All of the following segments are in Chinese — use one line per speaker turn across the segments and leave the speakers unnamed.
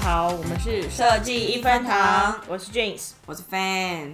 好，我们是
设计一分堂，
我是 James。
我是 Fan。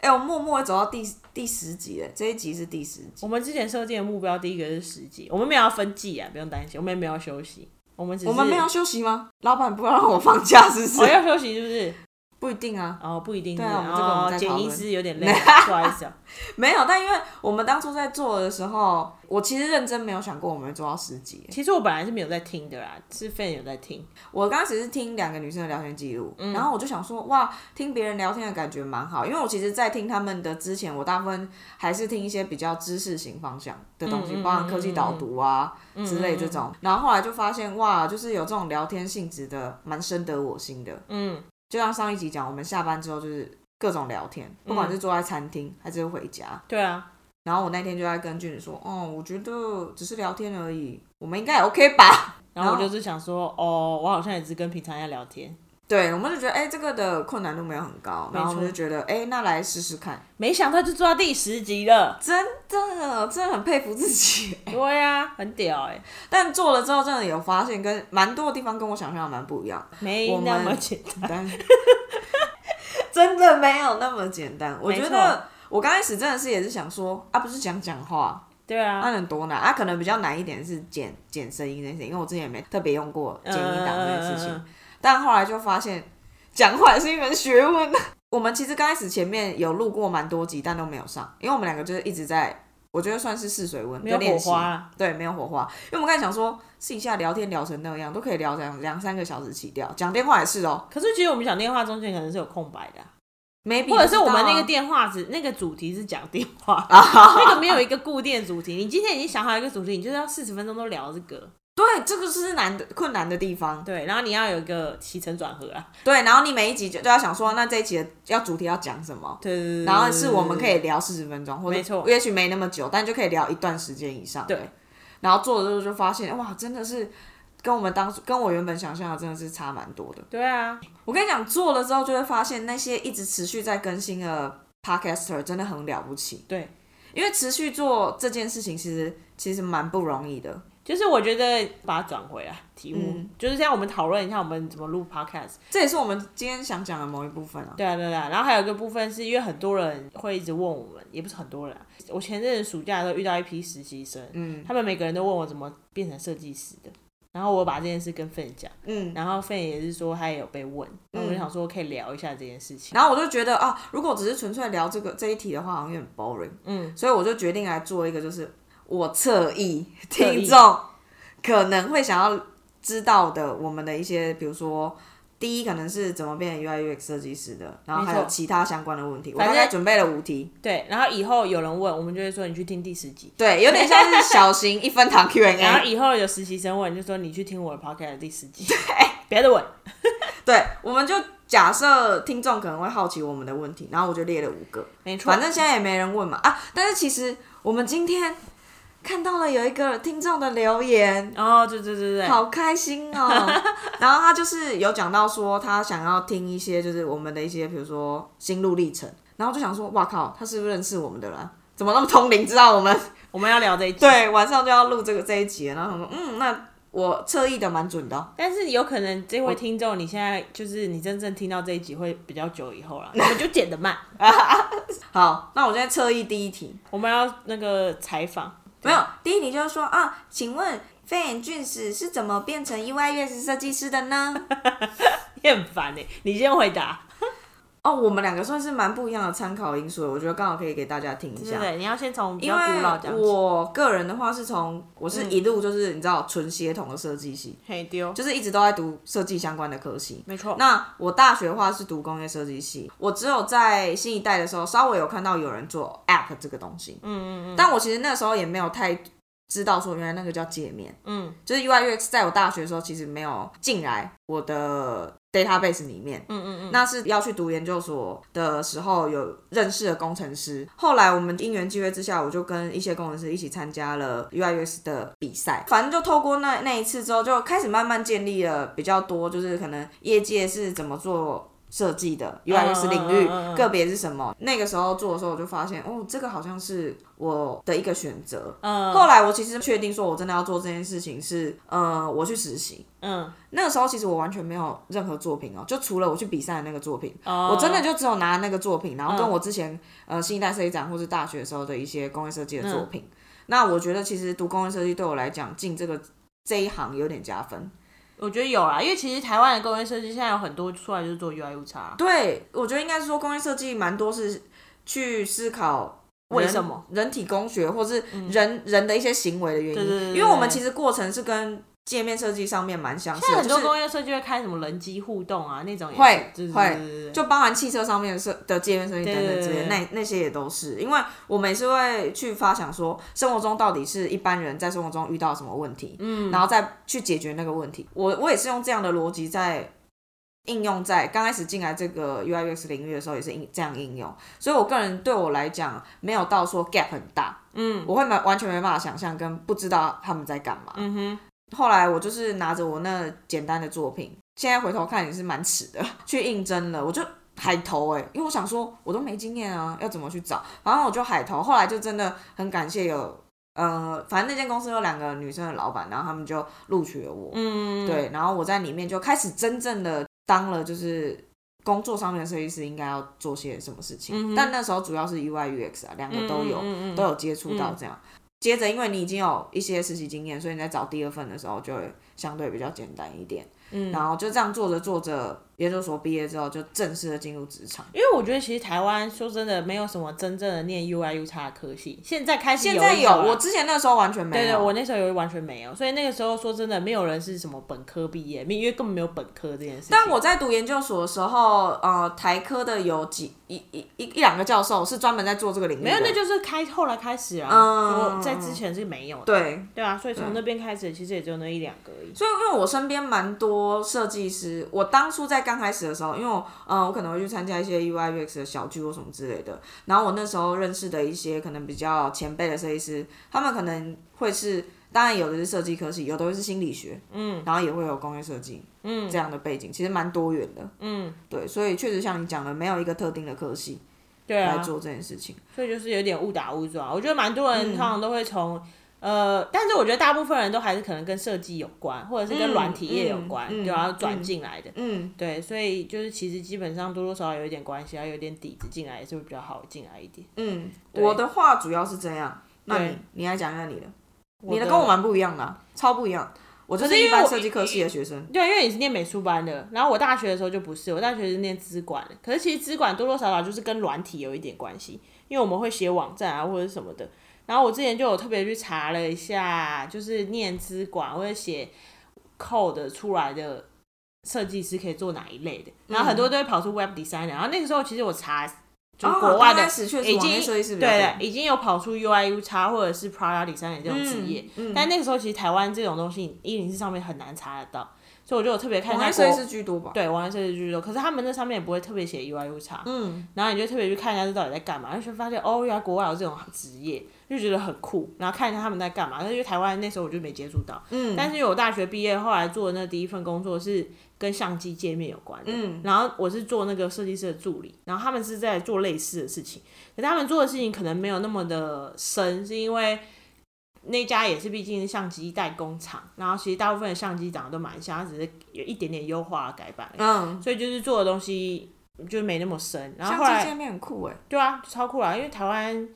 哎、我默默地走到第第十集了，这一集是第十集。
我们之前设定的目标，第一个是十集，我们没有要分季啊，不用担心，我们也没有要休息，我们只是
我们没有休息吗？老板不让我放假是不是？
哦要休息是不是？
不一定啊，
哦，不一定是
对
不是。
啊我们这个我们
哦，
再讨
剪
论
医师有 点累，不好意思啊。
没有。但因为我们当初在做的时候，我其实认真没有想过我们会做到十集。
其实我本来是没有在听的啦，是 fan 有在听，
我刚开始是听两个女生的聊天记录，然后我就想说，哇，听别人聊天的感觉蛮好。因为我其实，在听他们的之前，我大部分还是听一些比较知识型方向的东西，
嗯嗯
包含科技导读啊、
嗯
之类这种。然后后来就发现，哇，就是有这种聊天性质的，蛮深得我心的。
嗯，
就像上一集讲，我们下班之后就是各种聊天，
嗯
不管是坐在餐厅还是回家。
对啊，
然后我那天就在跟俊宇说，哦，我觉得只是聊天而已，我们应该也 OK 吧。
然后我就是想说，哦，我好像也是跟平常一样聊天，
对，我们就觉得哎、这个的困难度没有很高，然后我们
没错
就觉得哎、那来试试看，
没想到就做到第十集了，
真的真的很佩服自己。
对啊，很屌哎、
但做了之后，真的有发现跟蛮多的地方跟我想象的蛮不一样，
没
我们
那么简单。
但 真的没有那么简单。我觉
没
得
错
我刚开始真的是也是想说啊，不是讲讲话，
对啊，
那、能多难？啊，可能比较难一点是剪剪声音那些，因为我之前也没特别用过剪音档这件事情。
嗯嗯嗯嗯
但后来就发现，讲话也是一门学问。 我们其实刚开始前面有录过蛮多集，但都没有上，因为我们两个就是一直在，我觉得算是试水温，
没有
就练
火
习
花。啦。
对，没有火花，因为我们刚才想说，私底下聊天聊成那样，都可以聊两两三个小时起掉，讲电话也是哦、
可是其实我们讲电话中间可能是有空白的啊、
没 m
或者是我们那个电话只那个主题是讲电 话，
啊，
那个没有一个固定的主题。你今天已经想好一个主题，你就是要四十分钟都聊这个，
对，这个是难的困难的地方。
对，然后你要有一个起承转合啊，
对，然后你每一集就就要想说，那这一集的要主题要讲什么，
对对对。对
然后是我们可以聊四十分钟，或
嗯
者
没错
也许没那么久，但就可以聊一段时间以上。
对，
然后做的时候就发现，哇，真的是跟我们当初跟我原本想象的真的是差蛮多的。
对啊，
我跟你讲，做了之后就会发现，那些一直持续在更新的 podcaster 真的很了不起，
对，
因为持续做这件事情其实其实蛮不容易的。
就是我觉得把它转回来题目，
嗯
就是像我们讨论一下我们怎么录 podcast，
这也是我们今天想讲的某一部分啊。
对啊对啊对啊。然后还有一个部分是因为很多人会一直问我们，也不是很多人、啊，我前阵子暑假的时候遇到一批实习生，
嗯
他们每个人都问我怎么变成设计师的，然后我把这件事跟 Fan 讲，
嗯，
然后 Fan 也是说他也有被问，那我就想说可以聊一下这件事情。
然后我就觉得啊，如果只是纯粹聊这个这一题的话，好像有点 boring。
嗯，
所以我就决定来做一个，就是我侧翼
侧
听
翼
众可能会想要知道的，我们的一些，比如说。第一可能是怎么变成 UI UX 设计师的，然后还有
没错
其他相关的问题。我
反
大
正
概准备了五题，
对。然后以后有人问，我们就会说你去听第十集。
对，有点像是小型一分堂
然
Q&A
后。以后有实习生问，就说你去听我的 podcast 第十集。 哎别的问。
对，我们就假设听众可能会好奇我们的问题，然后我就列了五个。
没错
反，正现在也没人问嘛啊！但是其实我们今天看到了有一个听众的留言，
哦，对对对对，
好开心哦！然后他就是有讲到说，他想要听一些就是我们的一些，比如说心路历程。然后就想说，哇靠，他是不是认识我们的人啊？怎么那么通灵，知道我们？
我们要聊这一集。，
对，晚上就要录这个这一集了。然后想说，嗯，那我侧翼的蛮准的哦、
但是有可能这位听众，你现在就是你真正听到这一集会比较久以后 啦，我们就剪得慢。
好，那我现在侧翼第一题，
我们要那个采访，
没有第一题就是说啊，请问飞眼俊史是怎么变成 UI 月 s 设计师的呢？
你很烦哎，你先回答。
哦，我们两个算是蛮不一样的参考因素的，我觉得刚好可以给大家听一
对
下
对。对，你要先从比
因
较古老讲
为
起。
我个人的话是从我是
嗯
一路就是你知道纯协同的设计系，
嘿丢，
就是一直都在读设计相关的科系。
没错。
那我大学的话是读工业设计系，我只有在新一代的时候稍微有看到有人做 App 这个东西，
嗯嗯
但我其实那时候也没有太知道说原来那个叫界面，
嗯
就是 UI UX 在我大学的时候其实没有进来我的 database 里面，
嗯嗯嗯，
那是要去读研究所的时候有认识的工程师，后来我们因缘际会之下，我就跟一些工程师一起参加了 UIUS 的比赛，反正就透过那那一次之后，就开始慢慢建立了比较多，就是可能业界是怎么做。设计的 UIUX 领域
嗯嗯嗯嗯
个别是什么。那个时候做的时候，我就发现哦，这个好像是我的一个选择。
嗯
后来我其实确定说我真的要做这件事情是，呃，我去实习。
嗯，
那个时候其实我完全没有任何作品哦，就除了我去比赛的那个作品，
哦嗯
我真的就只有拿那个作品，然后跟我之前、呃新一代设计展或是大学的时候的一些工业设计
嗯
的作品。那我觉得其实读工业设计对我来讲进这个这一行有点加分。
我觉得有啦，因为其实台湾的工业设计现在有很多出来就是做 UI U 叉，
对，我觉得应该是说工业设计蛮多是去思考
为
人
什么？嗯
人体工学或是人、人的一些行为的原因，
对对对对
因为我们其实过程是跟界面设计上面蛮相似
现在
的，
很多
就是
工业设计会开什么人机互动啊那种也是，
会
对对
会
对对对
就包含汽车上面的设的界面设计等等之类
对对对
的，
对
那那些也都是，因为我们也是会去发想说，生活中到底是一般人在生活中遇到什么问题，嗯，然后再去解决那个问题。我我也是用这样的逻辑在应用在刚开始进来这个 UI/UX 领域的时候，也是应这样应用。所以我个人对我来讲，没有到说 gap 很大，
嗯
我会没完全没办法想象跟不知道他们在干嘛。
嗯哼，
后来我就是拿着我那简单的作品，现在回头看也是蛮耻的， 去应征了，我就海投哎、因为我想说我都没经验啊，要怎么去找？然后我就海投，后来就真的很感谢有呃，反正那间公司有两个女生的老板，然后他们就录取了我，
嗯，
对，然后我在里面就开始真正的当了就是。工作上面的设计师应该要做些什么事情？
嗯哼
但那时候主要是 UI UX 啊，两个
嗯，
都有。
嗯嗯嗯
都有接触到这样。接着，因为你已经有一些实习经验，所以你在找第二份的时候就会相对比较简单一点。
嗯
然后就这样做着做着，研究所毕业之后就正式的进入职场。
因为我觉得其实台湾说真的没有什么真正的念 UI U 叉的科系，现在开始
现
有
在
一
有，
种了
我之前那时候完全没有。
对对，我那时候有完全没有，所以那个时候说真的，没有人是什么本科毕业，因为根本没有本科这件事情。
但我在读研究所的时候，呃，台科的有几一一一一两个教授是专门在做这个领域的。
没有，那就是开后来开始啊，
嗯
我在之前是没有的。
对，
对啊，所以从那边开始，其实也就那一两个而已。
所以，因为我身边蛮多设计师，我当初在刚开始的时候，因为我，嗯、我可能会去参加一些 E UI UX 的小聚或什么之类的。然后我那时候认识的一些可能比较前辈的设计师，他们可能会是，当然有的是设计科系，有的会是心理学，嗯，然后也会有工业设计，嗯，这样的背景，其实蛮多元的，
嗯，
对。所以确实像你讲的，没有一个特定的科系
对
来
啊，
做这件事情。
所以就是有点误打误撞。我觉得蛮多
嗯
人通常都会从、呃，但是我觉得大部分人都还是可能跟设计有关，或者是跟
嗯
软体业有关，
嗯嗯
对啊，
嗯
转进来的。
嗯，
对，所以就是其实基本上多多少少有一点关系，要有点底子进来也是会比较好进来一点。
嗯，
对
我的话主要是这样。那你
对，
你来讲一下你的。
我
你的跟我蛮不一样的啊、超不一样。我就
可
是
是因
一
为
般
我
设计科系的学生，
对，因为你是念美术班的，然后我大学的时候就不是，我大学是念资管的。可是其实资管多多少少就是跟软体有一点关系，因为我们会写网站啊或者什么的。然后我之前就有特别去查了一下，就是念资管或者写 code 出来的设计师可以做哪一类的，然后很
嗯
多都会跑出 web designer。然后那个时候其实我查
哦
就是国外的
刚开始确实
已
网页
经
设计师比较
对
多，
已经有跑出 UI U 叉或者是 Product Design 这种职业，
嗯
但那个时候其实台湾这种东西一零四上面很难查得到，所以我就有特别看一
网
下
页设计
国
师居多吧？
对网页设计居多，可是他们那上面也不会特别写 UI U 叉，
嗯，
然后你就特别去看一下这到底在干嘛，就发现哦，原来国外有这种职业，就觉得很酷，然后看一下他们在干嘛，但是因为台湾那时候我就没接触到，
嗯，
但是因为我大学毕业后来做的那第一份工作是跟相机界面有关的，
嗯
然后我是做那个设计师的助理，然后他们是在做类似的事情，可是他们做的事情可能没有那么的深，是因为那家也是毕竟是相机代工厂，然后其实大部分的相机长得都蛮像，它只是有一点点优化改版而已，
嗯，
所以就是做的东西就没那么深，然后后
相机
来
界面很酷哎，
对啊，超酷啦，因为台湾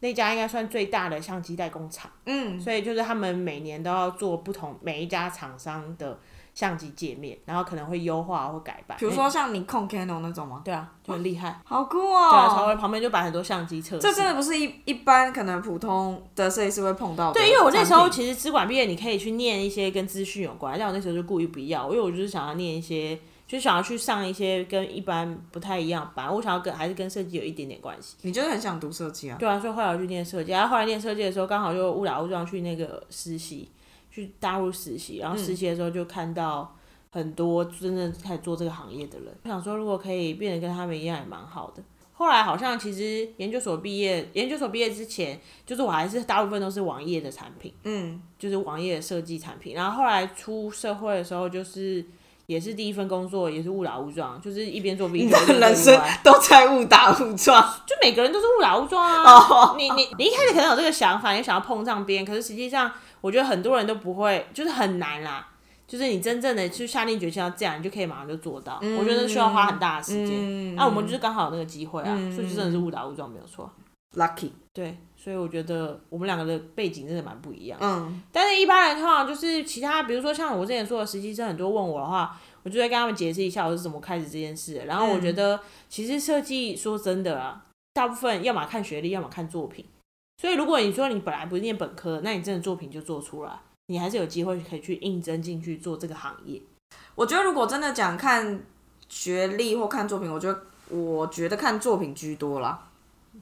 那家应该算最大的相机代工厂。
嗯
所以就是他们每年都要做不同每一家厂商的相机界面，然后可能会优化或改版。
比如说像你控 Canon 那种吗？
对啊，就很厉害。
好酷
对啊，超
哦！
会旁边就摆很多相机测试。
这真的不是一一般可能普通的设计师会碰到的产
对，
品。
因为我那时候其实资管毕业，你可以去念一些跟资讯有关，但我那时候就故意不要，因为我就是想要念一些，就想要去上一些跟一般不太一样班，我想要跟还是跟设计有一点点关系。
你就是很想读设计啊，
对啊，所以后来我去念设计，然后后来念设计的时候，刚好就误打误撞去那个实习，去大陆实习，然后实习的时候就看到很多真正开始做这个行业的人，我想说如果可以变得跟他们一样，也蛮好的。后来好像其实研究所毕业，研究所毕业之前，就是我还是大部分都是网页的产品，
嗯
就是网页的设计产品。然后后来出社会的时候，就是也是第一份工作，也是误打误撞，就是一边做 V，
你的 人生都在误打误撞。
就每个人都是误打误撞啊。
哦
你你你一开始可能有这个想法，也想要碰上边，可是实际上我觉得很多人都不会，就是很难啦。就是你真正的去下定决心要这样，你就可以马上就做到。
嗯
我觉得需要花很大的时间。那、啊我们就是刚好有那个机会啊，所以就真的是误打误撞，没有错。
Lucky，
对，所以我觉得我们两个的背景真的蛮不一样。
嗯，
但是一般人通常就是其他，比如说像我之前说的实习生，很多问我的话，我就会跟他们解释一下我是怎么开始这件事的。然后我觉得，其实设计说真的啊，大部分要么看学历，要么看作品。所以如果你说你本来不是念本科，那你真的作品就做出来，你还是有机会可以去应征进去做这个行业。
我觉得如果真的讲看学历或看作品，我觉得我觉得看作品居多啦，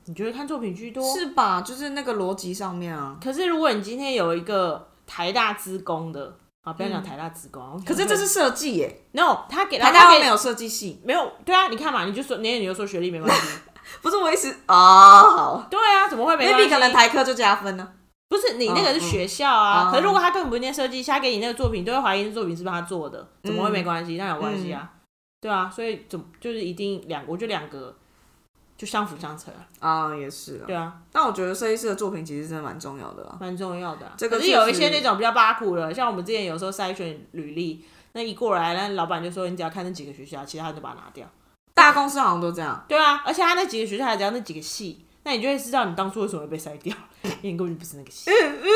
你觉得看作品居多？哦
是吧？就是那个逻辑上面啊。
可是如果你今天有一个台大资工的啊，不要讲台大资工啊，
可是这是设计耶，
no，他给
台
他
大
给
后面有设计系，
没有对啊？你看嘛，你就说，你你就说学历没关系。
不是我意思啊。好
对啊，怎么会没关
，maybe
系？
可能台科就加分呢。
不是你那个是学校
嗯
啊，
嗯
可是如果他根本不是念设计，他给你那个作品，都会怀疑那作品是不是他做的，
嗯
怎么会没关系？那有关系啊，对啊，所以怎么就是一定两，我觉得两个就相辅相成啊，
啊，也是啊。
对啊，
但我觉得设计师的作品其实真的蛮重要的啦。
蛮重要的、啊。
这个
可
就是是
有一些那种比较八股的，像我们之前有时候筛选履历，那一过来，那老板就说你只要看那几个学校，其他的就把它拿掉。
大公司好像都这样，
对啊，而且他那几个学校还只要那几个系，那你就会知道你当初为什么会被筛掉， 因为你根本就不是那个系。
呃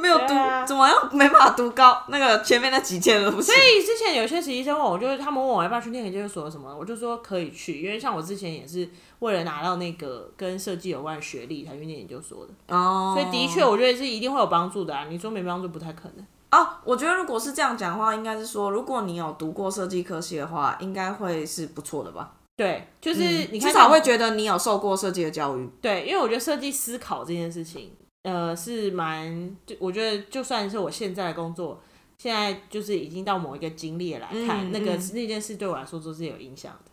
没有读
对啊，
怎么样没办法读高那个前面那几件都不
所。
行
以哎之前有些实习生问我，就是他们问我要不要去念研究所什么，我就说可以去，因为像我之前也是为了拿到那个跟设计有关的学历才去念研究所的，
哦，
所以的确我觉得是一定会有帮助的啊。你说没帮助不太可能，
哦，我觉得如果是这样讲的话，应该是说，如果你有读过设计科系的话，应该会是不错的吧？
对，就是你看
嗯至少
像
会觉得你有受过设计的教育。
对，因为我觉得设计思考这件事情，呃，是蛮，就我觉得就算是我现在的工作，现在就是已经到某一个经历来看，
嗯
那个
嗯
那件事对我来说都是有影响的。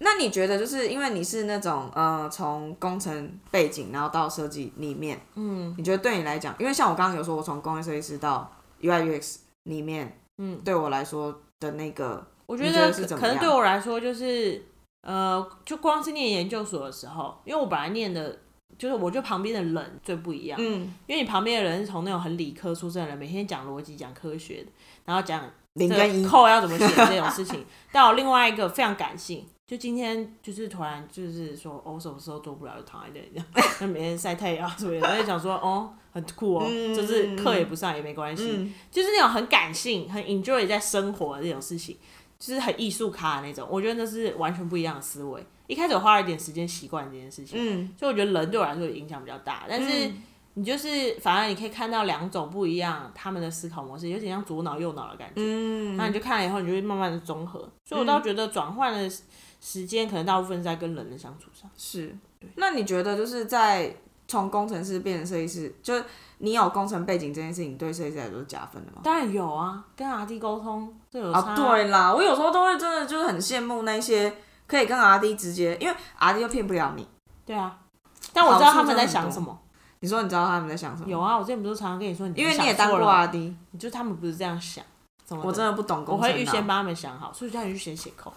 那你觉得，就是因为你是那种呃，从工程背景，然后到设计里面，
嗯
你觉得对你来讲，因为像我刚刚有说，我从工业设计师到 UI UX 里面，
嗯，
对我来说的那个，
我
你
觉
觉
得
得是
可
怎么
可能
样
对我来说就是，呃，就光是念研究所的时候，因为我本来念的，就是我觉得旁边的人最不一样，
嗯，
因为你旁边的人是从那种很理科出身的人，每天讲逻辑、讲科学的，然后讲
零
这
跟
个
一，
扣要怎么写这种事情。但我另外一个非常感性，就今天就是突然就是说，哦，什么时候做不了就躺在这里，这 样，那每天晒太阳什么的，然后就想说，哦，很酷哦，
嗯
就是课也不上也没关系，
嗯，
就是那种很感性、很 enjoy 在生活的那种事情，就是很艺术咖的那种。我觉得那是完全不一样的思维。一开始我花了一点时间习惯这件事情，
嗯，
所以我觉得人对我来说影响比较大。但是
嗯
你就是反而你可以看到两种不一样他们的思考模式，有点像左脑右脑的感觉。
嗯，
那你就看了以后，你就会慢慢的综合。所以我倒觉得转换的时时间可能大部分是在跟人的相处上。
是，那你觉得就是在从工程师变成设计师，就是你有工程背景这件事情，对设计师来说是加分的吗？
当然有啊，跟阿弟沟通这有差、
啊，对啦，我有时候都会真的就是很羡慕那些可以跟 R D 直接，因为 R D 又骗不了你。
对啊。但我知道
好处
他们
真的
在
很
想
多
什么。
你说你知道他们在想什么？
有啊，我之前不是常常跟你说，你
因为
想
你也当
错了
过啊
吗
R D，
你就他们不是这样想，怎么的
我真的不懂
我
工程啊。
会预先帮他们想好，所以叫你预先写扣。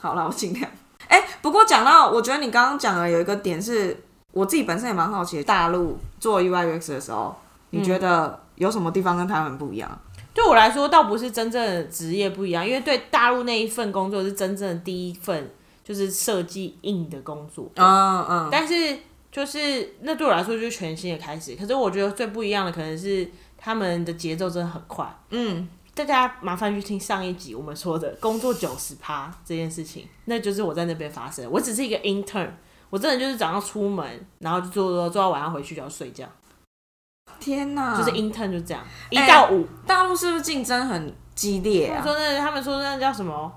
好啦，我尽量。哎、不过讲到，我觉得你刚刚讲的有一个点是，我自己本身也蛮好奇，大陆做 UI UX 的时候，
嗯
你觉得有什么地方跟台湾不一样？
对我来说，倒不是真正的职业不一样，因为对大陆那一份工作是真正的第一份就是设计硬的工作，
嗯嗯，
但是就是那对我来说就是全新的开始。可是我觉得最不一样的可能是他们的节奏真的很快。
嗯，
大家麻烦去听上一集我们说的工作九十趴这件事情，那就是我在那边发生的。我只是一个 intern，我真的就是早上出门，然后就做做做到晚上回去就要睡觉，
天哪，
就是 intern 就这样，一
嗯哎
到五。
大陆是不是竞争很激烈
他们
啊？
说那他们说那叫什么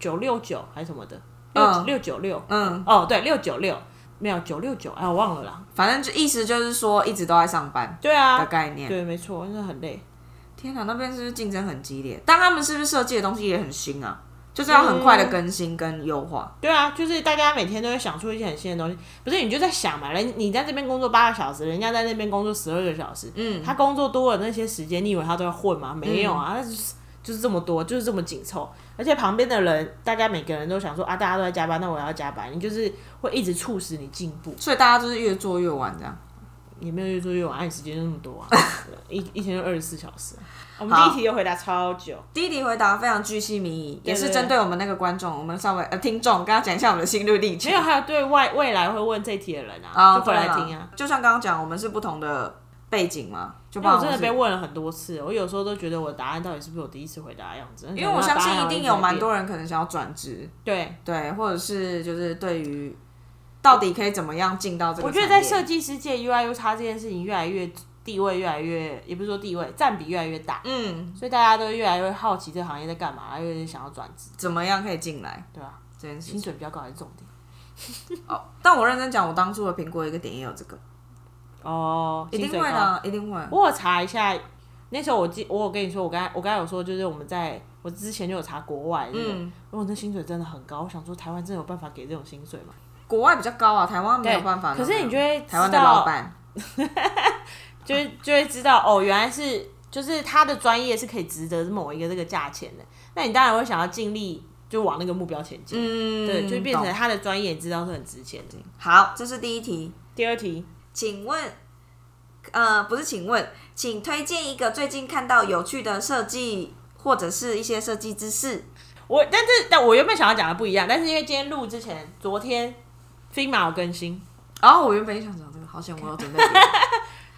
九六九还是什么的，六
嗯
六九六
嗯，
哦，对，六九六没有九六九，哎，我忘了啦。
反正就意思就是说一直都在上班
对
的
啊，
概念。
对，没错，真的很累。
天哪，那边是不是竞争很激烈？但他们是不是设计的东西也很新啊？就是要很快的更新跟优化。
对啊，就是大家每天都会想出一些很新的东西，不是你就在想嘛，人你在这边工作八个小时，人家在那边工作十二个小时，
嗯，
他工作多了那些时间，你以为他都要混吗？没有啊，他就是就是这么多，就是这么紧凑，而且旁边的人，大家每个人都想说啊，大家都在加班，那我也要加班，你就是会一直促使你进步，
所以大家就是越做越晚这样。
也没有越做越晚，按时间就那么 多啊，一一天就二十四小时啊。我们第一题又回答超久，
第一题回答非常居心民意，也是
对
针对我们那个观众，我们稍微呃听众，跟他讲一下我们的心路历程
没有，。还有对外未来会问这题的人啊，
啊，
就回来
对啦
听啊。。
就像刚刚讲，我们是不同的背景嘛，就
因为
包
我
括
真的
是
被问了很多次，我有时候都觉得我的答案到底是不是我第一次回答的样子。
因为我相信一定有蛮多
人
人可能想要转职，
对，
对，或者是就是对于到底可以怎么样进到这个
我
产业，
觉得在设计师界 UI U 差这件事情越来越地位越来越，也不是说地位占比越来越大，
嗯
所以大家都越来越好奇这个行业在干嘛，越来越想要转职，
怎么样可以进来
对吧、
这件
薪
事情。
水比较高还是重点
哦，但我认真讲，我当初的评估一个点也有这个，
哦，
一定
薪
会
水
的
高
啊，一定会。
我有查一下，那时候我记，我有跟你说，我刚才我刚才有说，就是我们在我之前就有查国外，嗯，
嗯，
我那薪水真的很高，我想说台湾真的有办法给这种薪水吗？
国外比较高啊，台湾没有
对
办法拿那
可
个。
是你就会
台湾
知
的老
道，
板，
就会就会知道哦，原来是就是他的专业是可以值得某一个这个价钱的，那你当然会想要尽力就往那个目标前进，
嗯，
对，就变成
懂
他的专业你知道是很值钱的。
好，这是第一题。
第二题，
请问，呃，不是，请问，请推荐一个最近看到有趣的设计或者是一些设计知识。
我但是但我原本想要讲的不一样，但是因为今天录之前，昨天 FIMA 有更新。
然
哦
后、我原本也想讲这个，好险我有准备别的。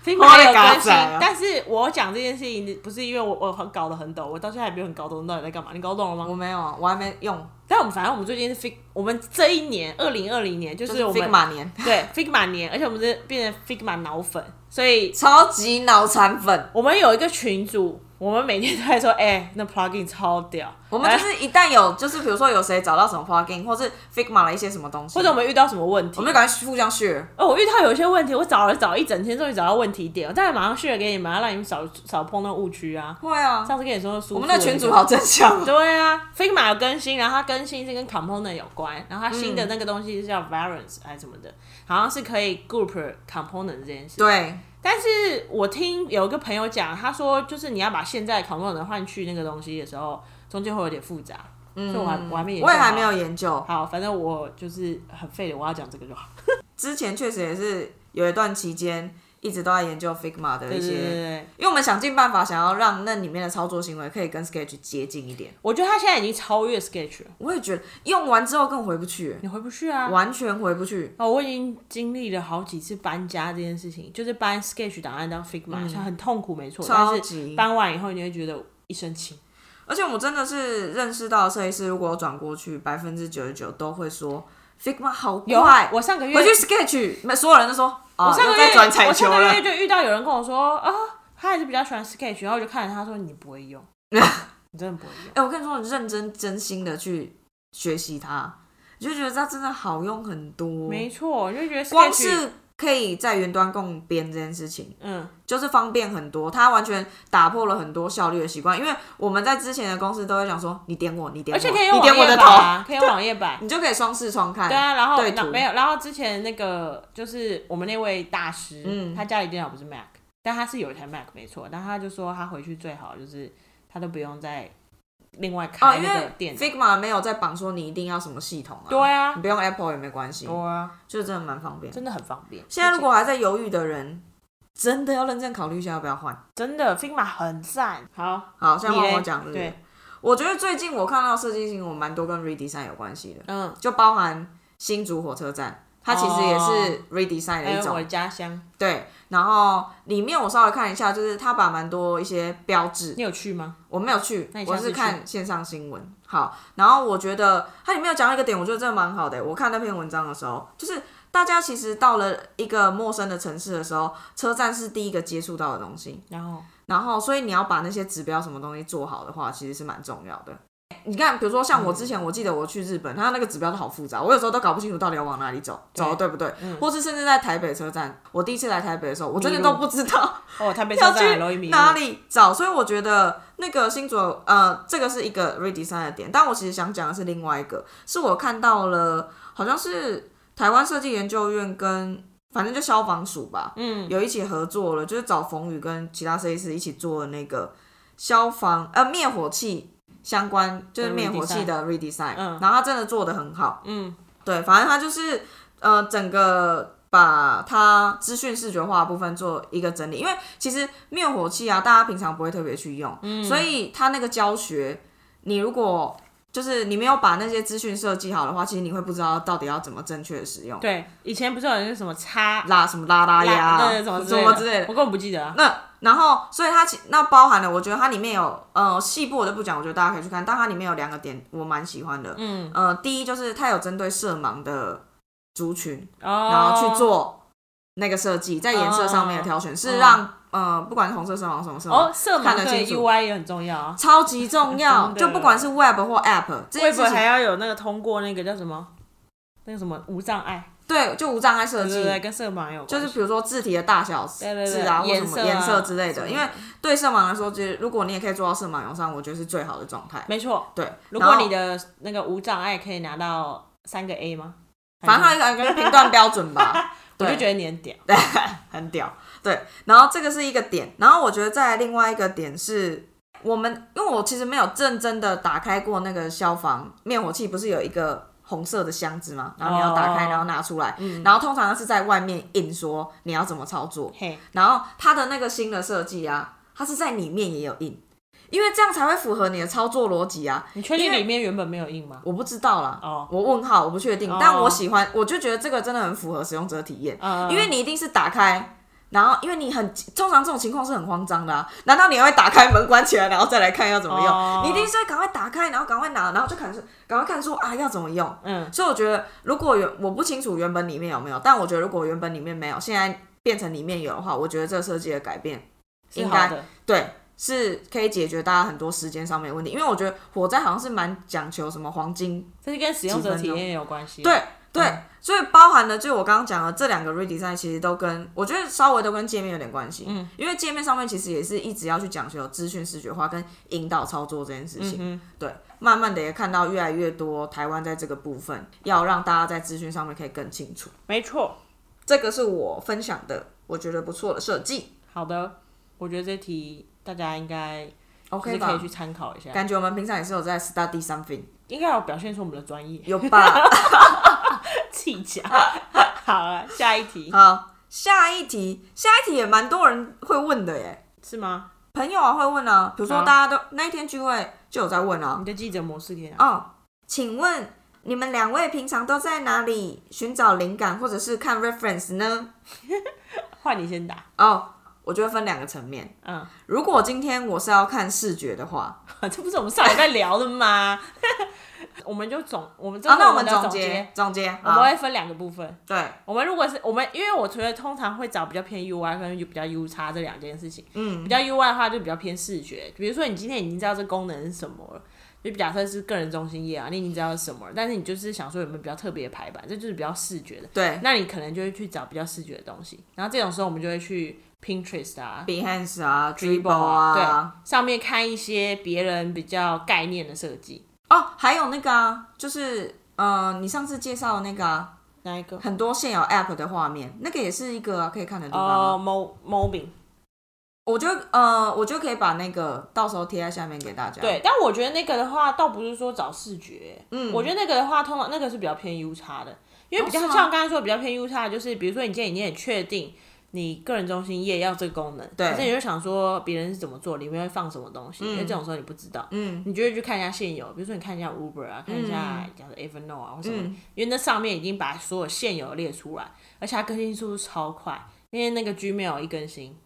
并
我
没
也
有
哦搞
关系
砸了，
但是我讲这件事情不是因为我我很搞得很懂，我到现在还没有很搞懂到底在干嘛，你搞懂了
我
吗？
没有，我还没用，
但我们反正我们最近是 Fig，我们这一年二零二零年就
就是是
我们
Figma 年，
对 Figma 年，而且我们是变成 Figma 脑粉，所以
超级脑残粉。
我们有一个群组，我们每天都在说，哎、那 plugin 超屌，
我们就
哎
是一旦有，就是比如说有谁找到什么 plugin，或是 Figma 了一些什么东西，
或者我们遇到什么问题
我，们就赶快互相 share。
哦，我遇到有一些问题，我找了找一整天，终于找到问题点，我当然马上 share 给你们啊，让你们少少碰到误区啊。
会啊，
上次跟你说，
我
我
们那群主好正向 哦。
对啊，Figma 有更新，然后它更新是跟 component 有关，然后它新的
嗯
那个东西是叫 variance 还是什么的，好像是可以 group component 这件事。
对，
但是我听有一个朋友讲，他说就是你要把现在的 component 换去那个东西的时候，中间会有点复杂，所以我还我还没研究
嗯我也还
好
没有。研究。
好，反正我就是很废的，我要讲这个就好。
之前确实也是有一段期间一直都在研究 Figma 的
对
一
对对对
些，
对，
因为我们想尽办法想要让那里面的操作行为可以跟 Sketch 接近一点。
我觉得他现在已经超越 Sketch 了，
我也觉得用完之后更回不去，
你回不去啊。
完全回不去。
哦，我已经经历了好几次搬家这件事情，就是搬 Sketch 档案到 Figma，、像很痛苦，没错。
嗯超
但
级
是搬完以后，你会觉得一身轻。
而且我真的是认识到设计师，如果我转过去，百分之九十九都会说 Figma 好
有啊
快。
我上个月，
回去 Sketch，没所有人都说啊，
我上
又
个
在
月，
转彩
我
球
上个
了
月。就遇到有人跟我说啊，他还是比较喜欢 Sketch，然后我就看着他说你不会用， 你真的不会用。
哎、我跟你说，你认真真心的去学习它，你就觉得它真的好用很多。
没错，你就觉得 Sketch,
光是可以在云端共编这件事情，
嗯，
就是方便很多。它完全打破了很多效率的习惯，因为我们在之前的公司都会讲说，你点我，你点
而
我，
且可以用
你点
网
我
页
的
版、
头，
啊，可以用网页 版。
你就可以双视窗看。
对啊，然后
对
那
图
没有，然后之前那个就是我们那位大师，
嗯
他家里电脑不是 Mac，但他是有一台 Mac 没错，但他就说他回去最好就是他都不用再另外
哦，
开
因
那个
为
电脑。
Figma 没有在绑说你一定要什么系统啊，
对啊
你不用 Apple 也没关系，
对啊，
就真的蛮方便。
真的很方便。
嗯现在如果还在犹豫的人，真的要认真考虑一下要不要换。
真的 Figma 很赞，好，
好，现在
你
换
嘞
我讲是不是
对，
我觉得最近我看到设计新闻蛮多跟 redesign 有关系的，
嗯，
就包含新竹火车站，它其实也是 redesign
还
的一
有
种。
哦哎我的家乡，
对，然后里面我稍微看一下，就是它把蛮多一些标志，
你有去吗？
我没有去
那，你
我
下次
是
去
看线上新闻。好，然后我觉得它里面有讲到一个点，我觉得真的蛮好的。我看那篇文章的时候，就是大家其实到了一个陌生的城市的时候，车站是第一个接触到的东西。
然后
然后，所以你要把那些指标什么东西做好的话，其实是蛮重要
嗯
的。你看，比如说像我之前，我记得我去日本，它那个指标都好复杂，我有时候都搞不清楚到底要往哪里走，
对嗯
走的对不对？或是甚至在台北车站，我第一次来台北的时候，我真的
迷
都
路
不知道
哦，台北车
要
站容易
去
迷路，
哪里找，所以我觉得那个新竹呃，这个是一个 redesign 的点，但我其实想讲的是另外一个，是我看到了，好像是台湾设计研究院跟反正就消防署吧，
嗯，
有一起合作了，就是找冯宇跟其他设计师一起做的那个消防呃灭火器相关，就是
的
灭火器
redesign
的 redesign，、
嗯
然后他真的做的很好，
嗯，
对，反正他就是呃整个把它资讯视觉化的部分做一个整理，因为其实灭火器啊，大家平常不会特别去用，
嗯
所以他那个教学，你如果就是你没有把那些资讯设计好的话，其实你会不知道到底要怎么正确的使用，
对，以前不是有人是什么叉
拉什么拉拉呀，
对对什么
什么
之
之类的
我，根本不记得啊。
那然后，所以它其那包含了，我觉得它里面有呃细部我就不讲，我觉得大家可以去看。但它里面有两个点我蛮喜欢的，
嗯，
呃，第一就是它有针对色盲的族群，
哦，嗯
然后去做那个设计，在颜色上面的挑选、是让呃不管是红色色盲什么色盲，
哦，色盲
看得
对
清楚
UI 也很重要啊。
超级重要，
真的
就不管是 Web 或 App 这件
微
事
博还
情，
要有那个通过那个叫什么，那个什么无障碍，
对，就无障碍设
对对
计。
对，跟色盲有
就
关
是
系
比如说字体的大小、
对对
字
对
啊，或什
颜
么
色
颜
啊
色之类
什
的，
么
因为对色盲来说，其实如果你也可以做到色盲友善，我觉得是最好的状态。
没错。
对，
如
然
果
后
你的那个无障碍可以拿到三个 A 吗？
反正它一个评断标准吧，
我就
对
觉得你很屌。
很屌。对，然后这个是一个点，然后我觉得再来另外一个点是，我们因为我其实没有认真的打开过那个消防灭火器，不是有一个红色的箱子嘛，然后你要打开，
哦
然后拿出来，然后通常是在外面印说你要怎么操作，
嘿，
然后它的那个新的设计啊，它是在里面也有印，因为这样才会符合你的操作逻辑啊。
你确定
因为
里面原本没有印吗？
我不知道啦，
哦
我问号，我不确定，
哦
但我喜欢，我就觉得这个真的很符合使用者体验，
嗯
因为你一定是打开，然后因为你很通常这种情况是很慌张的、啊，难道你还会打开门关起来，然后再来看要怎么用？
哦
你一定是会赶快打开，然后赶快拿，然后就看赶快看说啊要怎么用。
嗯，
所以我觉得，如果原我不清楚原本里面有没有，但我觉得如果原本里面没有，现在变成里面有的话，我觉得这个设计的改变
是
应
好
该
的。
对，是可以解决大家很多时间上面的问题。因为我觉得火灾好像是蛮讲求什么黄金，
这是跟使用
几
者
分
体
钟
验也有关系。
对对，
嗯
所以包含了就我刚刚讲的这两个 redesign，其实都跟我觉得稍微都跟界面有点关系。
嗯，
因为界面上面其实也是一直要去讲求资讯视觉化跟引导操作这件事情。
嗯
对，慢慢的也看到越来越多台湾在这个部分要让大家在资讯上面可以更清楚
哼，。没错。
这个是我分享的，我觉得不错的设计。
好的，我觉得这题大家应该就
OK
是可以
吧
去？参考一下，
感觉我们平常也是有在 study something，
应该有表现出我们的专业
有吧？
技 巧。好了，下一题
好，下一题，下一题也蛮多人会问的耶。
是吗？
朋友啊会问啊，比如说
好
大家都那一天聚会就有在问啊
你，的记者模式可以拿。
哦，请问你们两位平常都在哪里寻找灵感或者是看 reference 呢？
换你先打。
哦，我觉得分两个层面。
嗯，
如果今天我是要看视觉的话，
这不是我们上礼拜聊的吗？ 我们就总我们这
啊，
是
那我
们
们
的
总
结，
结总结，
我们
好，
会分两个部分。
对，
我们如果是我们，因为我觉得通常会找比较偏 UI 跟比较 U 叉这两件事情。比
嗯，
较 UI 的话，就比较偏视觉。比如说，你今天已经知道这功能是什么了，就假设是个人中心页啊，你已经知道是什么了，但是你就是想说有没有比较特别的排版，这就是比较视觉的。
对
那你可能就会去找比较视觉的东西，然后这种时候我们就会去 Pinterest 啊、
，Behance 啊
Dribble
，Dribble 啊，
对，上面看一些别人比较概念的设计。
哦，还有那个啊，就是呃，你上次介绍的那个啊，
哪一个？
很多现有 App 的画面，那个也是一个、啊、可以看的地方、啊。
哦、m o b i n
我就呃，我就可以把那个到时候贴在下面给大家。，
对，但我觉得那个的话，倒不是说找视觉，
嗯
我觉得那个的话，通常那个是比较偏 U 叉的，因为比较、
哦是吗
像刚才说比较偏 U 叉，就是比如说你今天已经很确定你个人中心页要这个功能，
对
可是你就想说别人是怎么做，里面会放什么东西，因为这种时候你不知道。
嗯，
你就会去看一下现有，比如说你看一下 Uber 啊，看一下
嗯
假如 Evernote 啊或什么，
嗯
因为那上面已经把所有现有列出来，而且它更新速度超快，因为那个 Gmail 一更新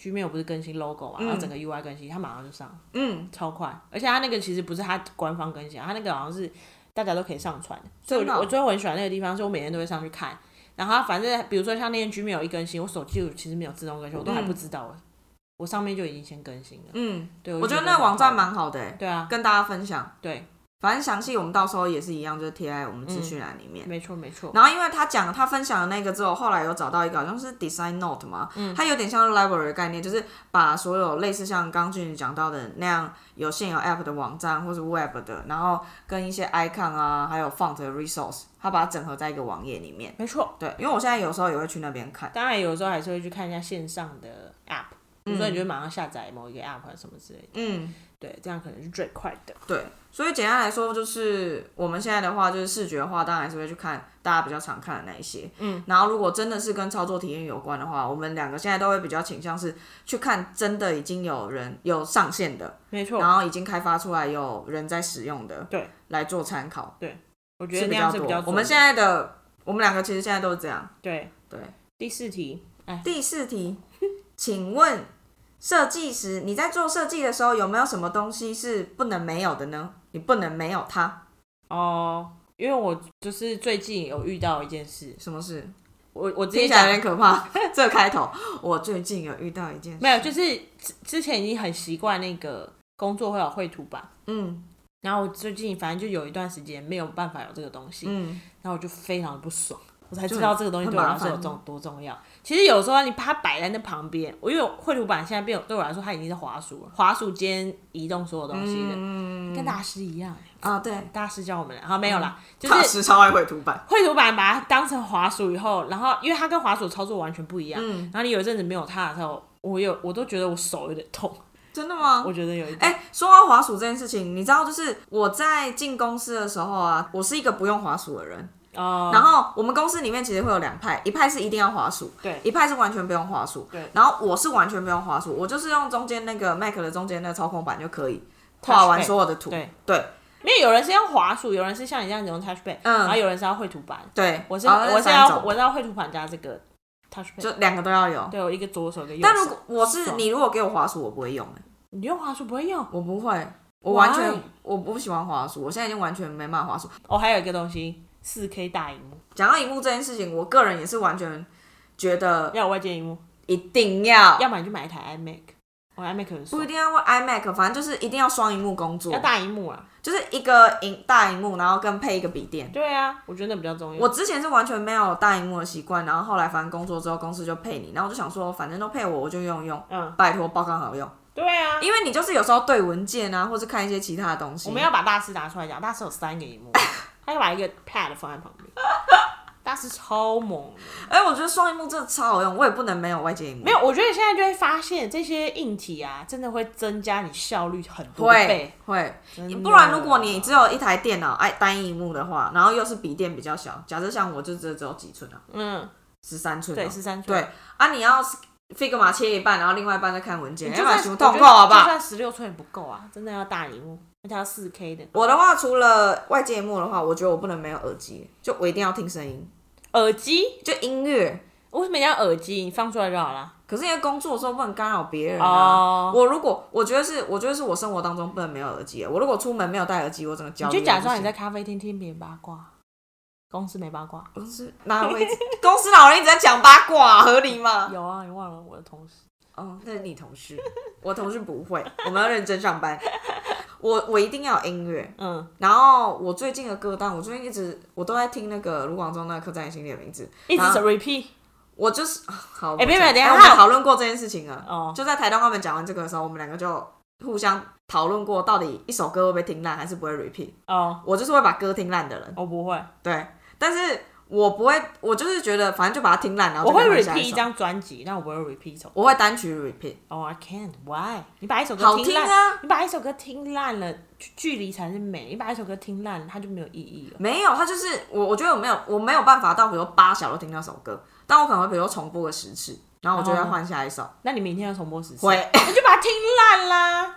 ，Gmail 不是更新 logo 嘛，然后整个 UI 更新，它马上就上了。
嗯，
超快，而且它那个其实不是它官方更新啊，它那个好像是大家都可以上传的，所以我
真的哦
我最后很喜欢那个地方，所以我每天都会上去看。然后它反正比如说像那天 Gmail 一更新，我手机我其实没有自动更新，我都还不知道，我我上面就已经先更新了。
嗯，
对，
我
就
觉
觉
得
得
那个网站
蛮
蛮好的、欸，
对啊，
跟大家分享。
对，
反正详细我们到时候也是一样，就是贴在我们资讯栏里面。
没错没错，
然后因为他讲他分享的那个之后，后来有找到一个好像是 Design Note 嘛，嗯、它有点像 library 的概念，就是把所有类似像刚俊宇讲到的那样有现有 App 的网站或是 Web 的，然后跟一些 icon 啊，还有 font 的 resource，它把它整合在一个网页里面。
没错。
对，因为我现在有时候也会去那边看。
当然有时候还是会去看一下线上的 App，比如说你就马上下载某一个 app 什么之类的，
嗯，
对，这样可能是最快的。
对，所以简单来说，就是我们现在的话，就是视觉化，当然还是会去看大家比较常看的那一些。嗯，然后如果真的是跟操作体验有关的话，我们两个现在都会比较倾向是去看真的已经有人有上线的，
没错，
然后已经开发出来有人在使用的，
对，
来做参考
我觉得
是
那
比
样
较
是
多。
比较准的。
我们现在的我们两个其实现在都是这样。
对
对，
第四题，哎，
第四题， 请问设计时你在做设计的时候有没有什么东西是不能没有的呢？你不能没有它，
哦，因为我就是最近有遇到一件事，
什么事？
我我直
听
接
起来
讲
有点可怕。 这个开头，我最近有遇到一件事，
没有，就是之之前已经很习惯那个工作会有绘图板，
嗯
然后我最近反正就有一段时间没有办法有这个东西，
嗯，
然后我就非常的不爽，我才
就
知道这个东西
很
对我
麻
来说有
烦
重多重要。其实有时候你把它摆在那旁边，我因为绘图板现在变对我来说它已经是滑鼠了，滑鼠间移动所有东西的，跟大师一样、欸，
啊对，
大师教我们的，好没有啦，就
大
是
师超爱绘图板，
绘图板把它当成滑鼠以后，然后因为它跟滑鼠操作完全不一样，
嗯
然后你有一阵子没有它的时候，我有我都觉得我手有点痛，
真的吗？
我觉得有一点。
哦哎、说到滑鼠这件事情，你知道，就是我在进公司的时候啊，我是一个不用滑鼠的人。
哦、
然后我们公司里面其实会有两派，一派是一定要滑鼠，
对
一派是完全不用滑鼠，
对
然后我是完全不用滑鼠，我就是用中间那个 Mac 的中间那个操控板就可以画完
Touchpad
所有的图。
对
对
因为有人是要滑鼠，有人是像你这样子用 touch pad，、
嗯
然后有人是要绘图板，
对，
我是、
然后那
我是
三
要
种
我是要绘图板加这个 touch pad，
就两个都要有。
对我一个左手一个右手。
但如果我是
爽
你，如果给我滑鼠，我不会用、欸
你用滑鼠不会用，
我不会，我完全
Why？
我我不喜欢滑鼠，我现在已经完全没办法滑鼠。
哦，还有一个东西，四 K 大荧幕，
讲到荧幕这件事情，我个人也是完全觉得
要有外接荧幕，
一定要，
要么你就买一台 iMac，我、iMac 很
啊不一
爽，
定要为 iMac，反正就是一定要双荧幕工作
要，大荧幕啊，
就是一个荧大荧幕，然后跟配一个笔电。
对啊，我觉得那比较重要。
我之前是完全没有大荧幕的习惯，然后后来反正工作之后公司就配你，然后我就想说反正都配我，我就用用，
嗯，
拜托报告好用，
对啊，
因为你就是有时候对文件啊，或是看一些其他的东西。
我们要把大师拿出来讲，大师有三个荧 幕，他要把一个 pad 放在旁边，大师超猛的。
哎、我觉得双荧幕真的超好用，我也不能没有外接荧幕
没。有，我觉得现在就会发现这些硬体啊，真的会增加你效率很多
会
倍。
会，
真的
不然如果你只有一台电脑，哎，单一荧幕的话，然后又是笔电比较小，假设像我就只只有几寸啊，
嗯，
十三寸哦、
对，十三寸，
对啊，你要 Figma 切一半，然后另外一半再看文件，
你
要
就
不然
算
行
我
不
觉
通
得
过好不
就
好？
算十六寸也不够啊，真的要大荧幕，而且要四 K 的
我的话，除了外界幕的话，我觉得我不能没有耳机，就我一定要听声音，
耳机。
就音乐。
为什么要耳机？你放出来就好了。
可是因为工作的时候不能干扰别人啊。
哦、
我如果我觉得是，我觉得是我生活当中不能没有耳机。我如果出门没有戴耳机，我整个焦
你
虑。啊
就假装你在咖啡厅听别人八卦，公司没八卦。
公司哪有位置？公司老人一直在讲八卦、合理吗？
有啊，你忘了我的同事。
哦，那是你同事，我同事不会， 我们要认真上班。我我一定要有音乐，
嗯，
然后我最近的歌单，我最近一直我都在听那个卢广仲那个刻在你心里的名字，
一直
然后
repeat。
我就是啊好，
哎别
我
别
讲
等一
哎
下
我
还有
们讨论过这件事情了。
哦，
就在台东他们讲完这个的时候，我们两个就互相讨论过，到底一首歌会不会听烂，还是不会 repeat。
哦，
我就是会把歌听烂的人，
我哦不会，
对，但是我不会，我就是觉得反正就把它听烂，然后
我
就
会
跟他下
repeat
一
一
首，
张专辑，但我不会 repeat 一首
我会单曲 repeat，
哦、i can't. Why？你把一首歌
好
听
听
烂，
啊。
你把一首歌听烂了，距距离才是美。你把一首歌听烂了，它就没有意义了。
没有，他就是我，我觉得我没有，我没有办法到比如说八小都听那首歌，但我可能会比如说重播个十次，然后我就
哦
要换下一首。
那你明天要重播十次，
会，
那就把它听烂啦。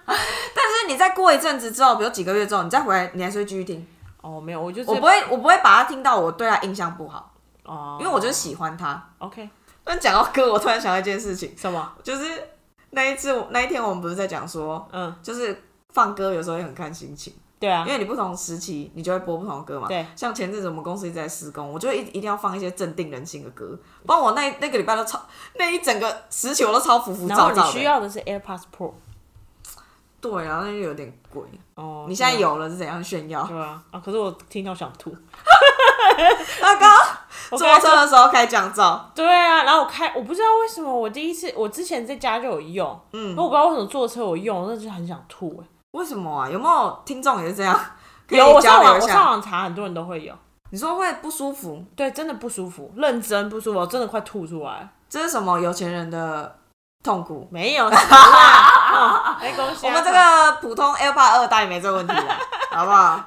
但是你再过一阵子之后，比如几个月之后，你再回来，你还是会继续听。
哦，没有，我就是
我不会，我不会把它听到我对它印象不好，
哦，
因为我就是喜欢它。
OK
但讲到歌，我突然想到一件事情，
什么？
就是那一次，那一天我们不是在讲说，
嗯，
就是放歌有时候也很看心情，
对啊
因，为你不同时期你就会播不同的歌嘛。
对，
像前阵子我们公司一直在施工，我就一一定要放一些镇定人心的歌，不然我那那个礼拜都超那一整个时期我都超浮浮
然后
躁
你
躁
需
的。欸
要的是 AirPods Pro。
对，然后那就有点贵。
哦，
你现在
对啊
有了是怎样炫耀？
对啊？啊，可是我听到想吐。
那刚刚
我
坐
刚
车
才
的时候开降噪，
对啊，然后我开，我不知道为什么我第一次，我之前在家就有用，嗯，我不知道为什么坐车我用，那就很想吐哎、
为什么啊？有没有听众也是这样？可以
有，我
交
上网
流一
我上
下。
网查，很多人都会有。
你说会不舒服，
对，真的不舒服，认真不舒服，我真的快吐出来。
这是什么有钱人的痛苦。
没有，死 啦哦没恭喜
我
啊。
们这个普通 AirPod 二代没这个问 题了，好不好？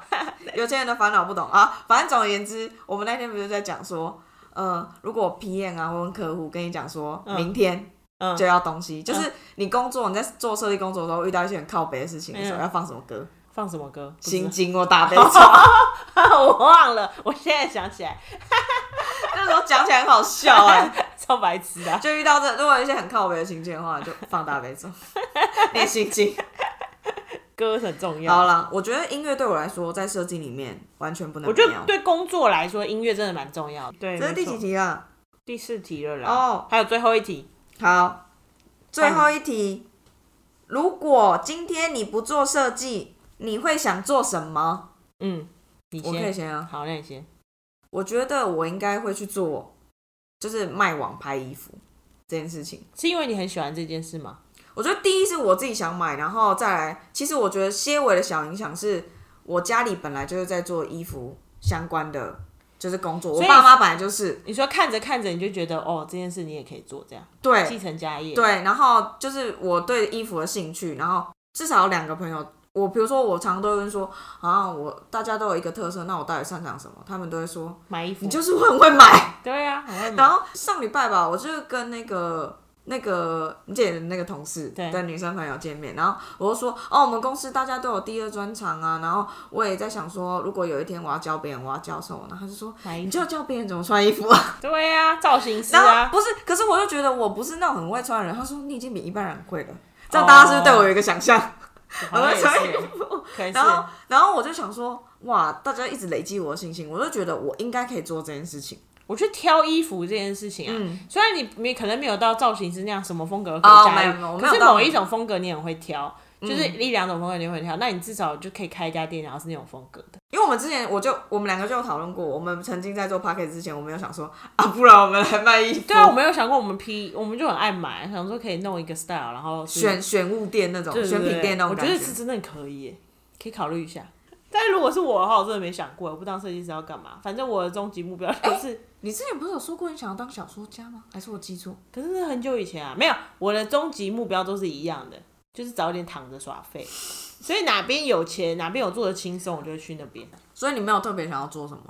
有钱人的烦恼不懂啊。反正总而言之，我们那天不是在讲说，呃，如果 PM 啊，我问客户跟你讲说，明天
嗯
就要东西，就是你工作你在做设计工作的时候遇到一些很靠北的事情的时候，
嗯
要放什么歌？
放什么歌？不知道
心经或大悲咒。
我忘了，我现在想起来，
那时候讲起来很好笑哎、
超白痴的啊。
就遇到这如果有一些很靠北的情境的话，就放大 悲咒，念心经。
歌很重要。
好啦，我觉得音乐对我来说，在设计里面完全不能
我
没
觉
有。
得对工作来说，音乐真的蛮重要的。对，
这是第几
没错？
题啊？
第四题了啦。
哦，
还有最后一题，
好，最后一题，如果今天你不做设计，你会想做什么？
嗯，你
我可以
先。
先啊，
好，那你先。
我觉得我应该会去做，就是卖网拍衣服这件事情。
是因为你很喜欢这件事吗？
我觉得第一是我自己想买，然后再来，其实我觉得些微的小影响是我家里本来就是在做衣服相关的，就是工作，我
所以
爸妈本来就是
你说看着看着你就觉得哦，这件事你也可以做，这样
对
继承家业。，
对，然后就是我对衣服的兴趣，然后至少有两个朋友，我比如说我常常都会说啊，我大家都有一个特色，那我到底擅长什么？他们都会说
买衣服
你就是很会买。
对啊，很会买
然后上礼拜吧，我就是跟那个。那个你姐的那个同事
对
的女生朋友见面，然后我就说哦，我们公司大家都有第二专长啊，然后我也在想说，如果有一天我要教别人，我要教什么？然后他就说，
买衣
你
服。
就要教别人怎么穿衣服啊。
对啊，造型师
然后
啊，
不是，可是我就觉得我不是那种很会穿的人。他说你已经比一般人会了，这样大家是不是对我有一个想象？
好哦像也
我在
是，可以是
然。后，然后我就想说，哇，大家一直累积我的信心，我就觉得我应该可以做这件事情。
我去挑衣服这件事情啊，
嗯
虽然你你可能没有到造型师那样什么风格可以驾驭
哦没有没有我没
可
有
是
到嗯
某一种风格你很会挑，就是一两种风格你会挑，那你至少就可以开一家店，然后是那种风格的。
因为我们之前我就我们两个就有讨论过，我们曾经在做 p a c k e t 之前，我们有想说啊，不然我们来卖衣服，
对啊，我没有想过我们 P，我们就很爱买，想说可以弄一个 style，然后是
选选物店那种
对对
选
对
品店那种
我
感
觉得是真的可以耶，可以考虑一下。但如果是我的话，我真的没想过，我不当设计师要干嘛。反正我的终极目标就是，
你之前不是有说过你想要当小说家吗？还是我记错？
可是那很久以前啊，没有我的终极目标都是一样的，就是早点躺着耍废。所以哪边有钱，哪边我做的轻松，我就会去那边。
所以你没有特别想要做什么？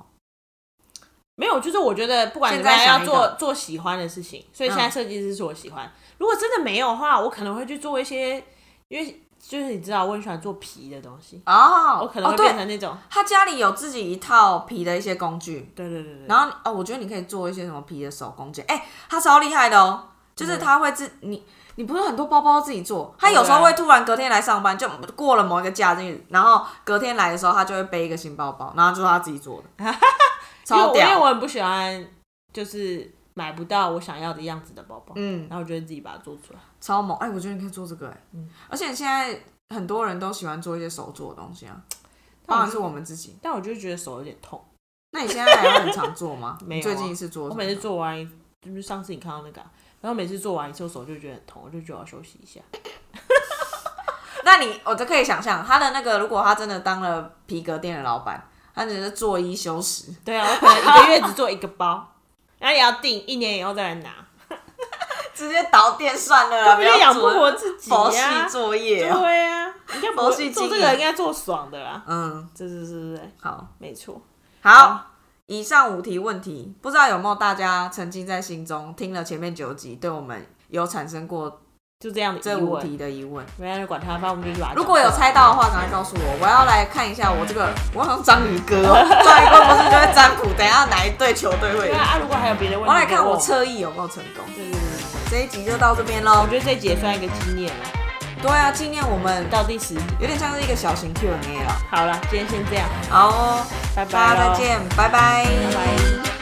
没有，就是我觉得不管怎么
现在
样，要
想一
做
个
做喜欢的事情，所以现
嗯
在设计师是我喜欢。如果真的没有的话，我可能会去做一些，因为就是你知道，我很喜欢做皮的东西，
哦，
我可能
哦
会变
对，
成那种，
他家里有自己一套皮的一些工具，
对对对对，
然后哦，我觉得你可以做一些什么皮的手工件，哎、他超厉害的哦，就是他会自你，你不是很多包包自己做，他有时候
啊
会突然隔天来上班，就过了某一个假日，然后隔天来的时候，他就会背一个新包包，然后就是他自己做 的，
因为
超
我因为
屌，
我很不喜欢，就是买不到我想要的样子的包包，
嗯，
然后我觉得自己把它做出来。
超猛，哎、我觉得你可以做这个、哎、
嗯
而且现在很多人都喜欢做一些手做的东西啊，当然是我们自己。
但我就觉得手有点痛，
那你现在还会很常做吗？
没有啊
你最近一次做
我
什么，
每次做完一，就是上次你看到那个啊、然后每次做完之后手就觉得很痛，我就觉得我要休息一下。
那你我就可以想象，他的那个，如果他真的当了皮革店的老板，他只是做衣修饰，
对啊，我可能一个月只做一个包，然后也要定一年以后再来 拿，
直接倒店算了啦，
根本就养不活自己
佛系
呀、
作业、哦。
对啊，应该不
佛系
会做
经
这
营
个应该做爽的啦。
嗯，
这是是是，
好
没错。
好。以上五题问题，不知道有没有大家曾经在心中听了前面九集，对我们有产生过
就这样的
这
疑
五
问，
题的疑问？
没人管他，反正我们就去把它
如果有
讲出来
猜到的话，赶快告诉我，我要来看一下我这个，我好像章鱼 哥、哦，章鱼哥不是就会占卜，等一下哪一队球队会
对
赢
啊，？啊如果还有别的问
我
题，
要来看我
车。
侧翼有没有成功。
对对对。
这一集就到这边
我
喽。
觉得这集也算一个纪念了，
对啊，纪念我们
到第十集。
有点像是一个小型 Q&A 了。
好了，今天先这样，
好哦，
拜拜
大家
咯
再见，拜拜
拜拜。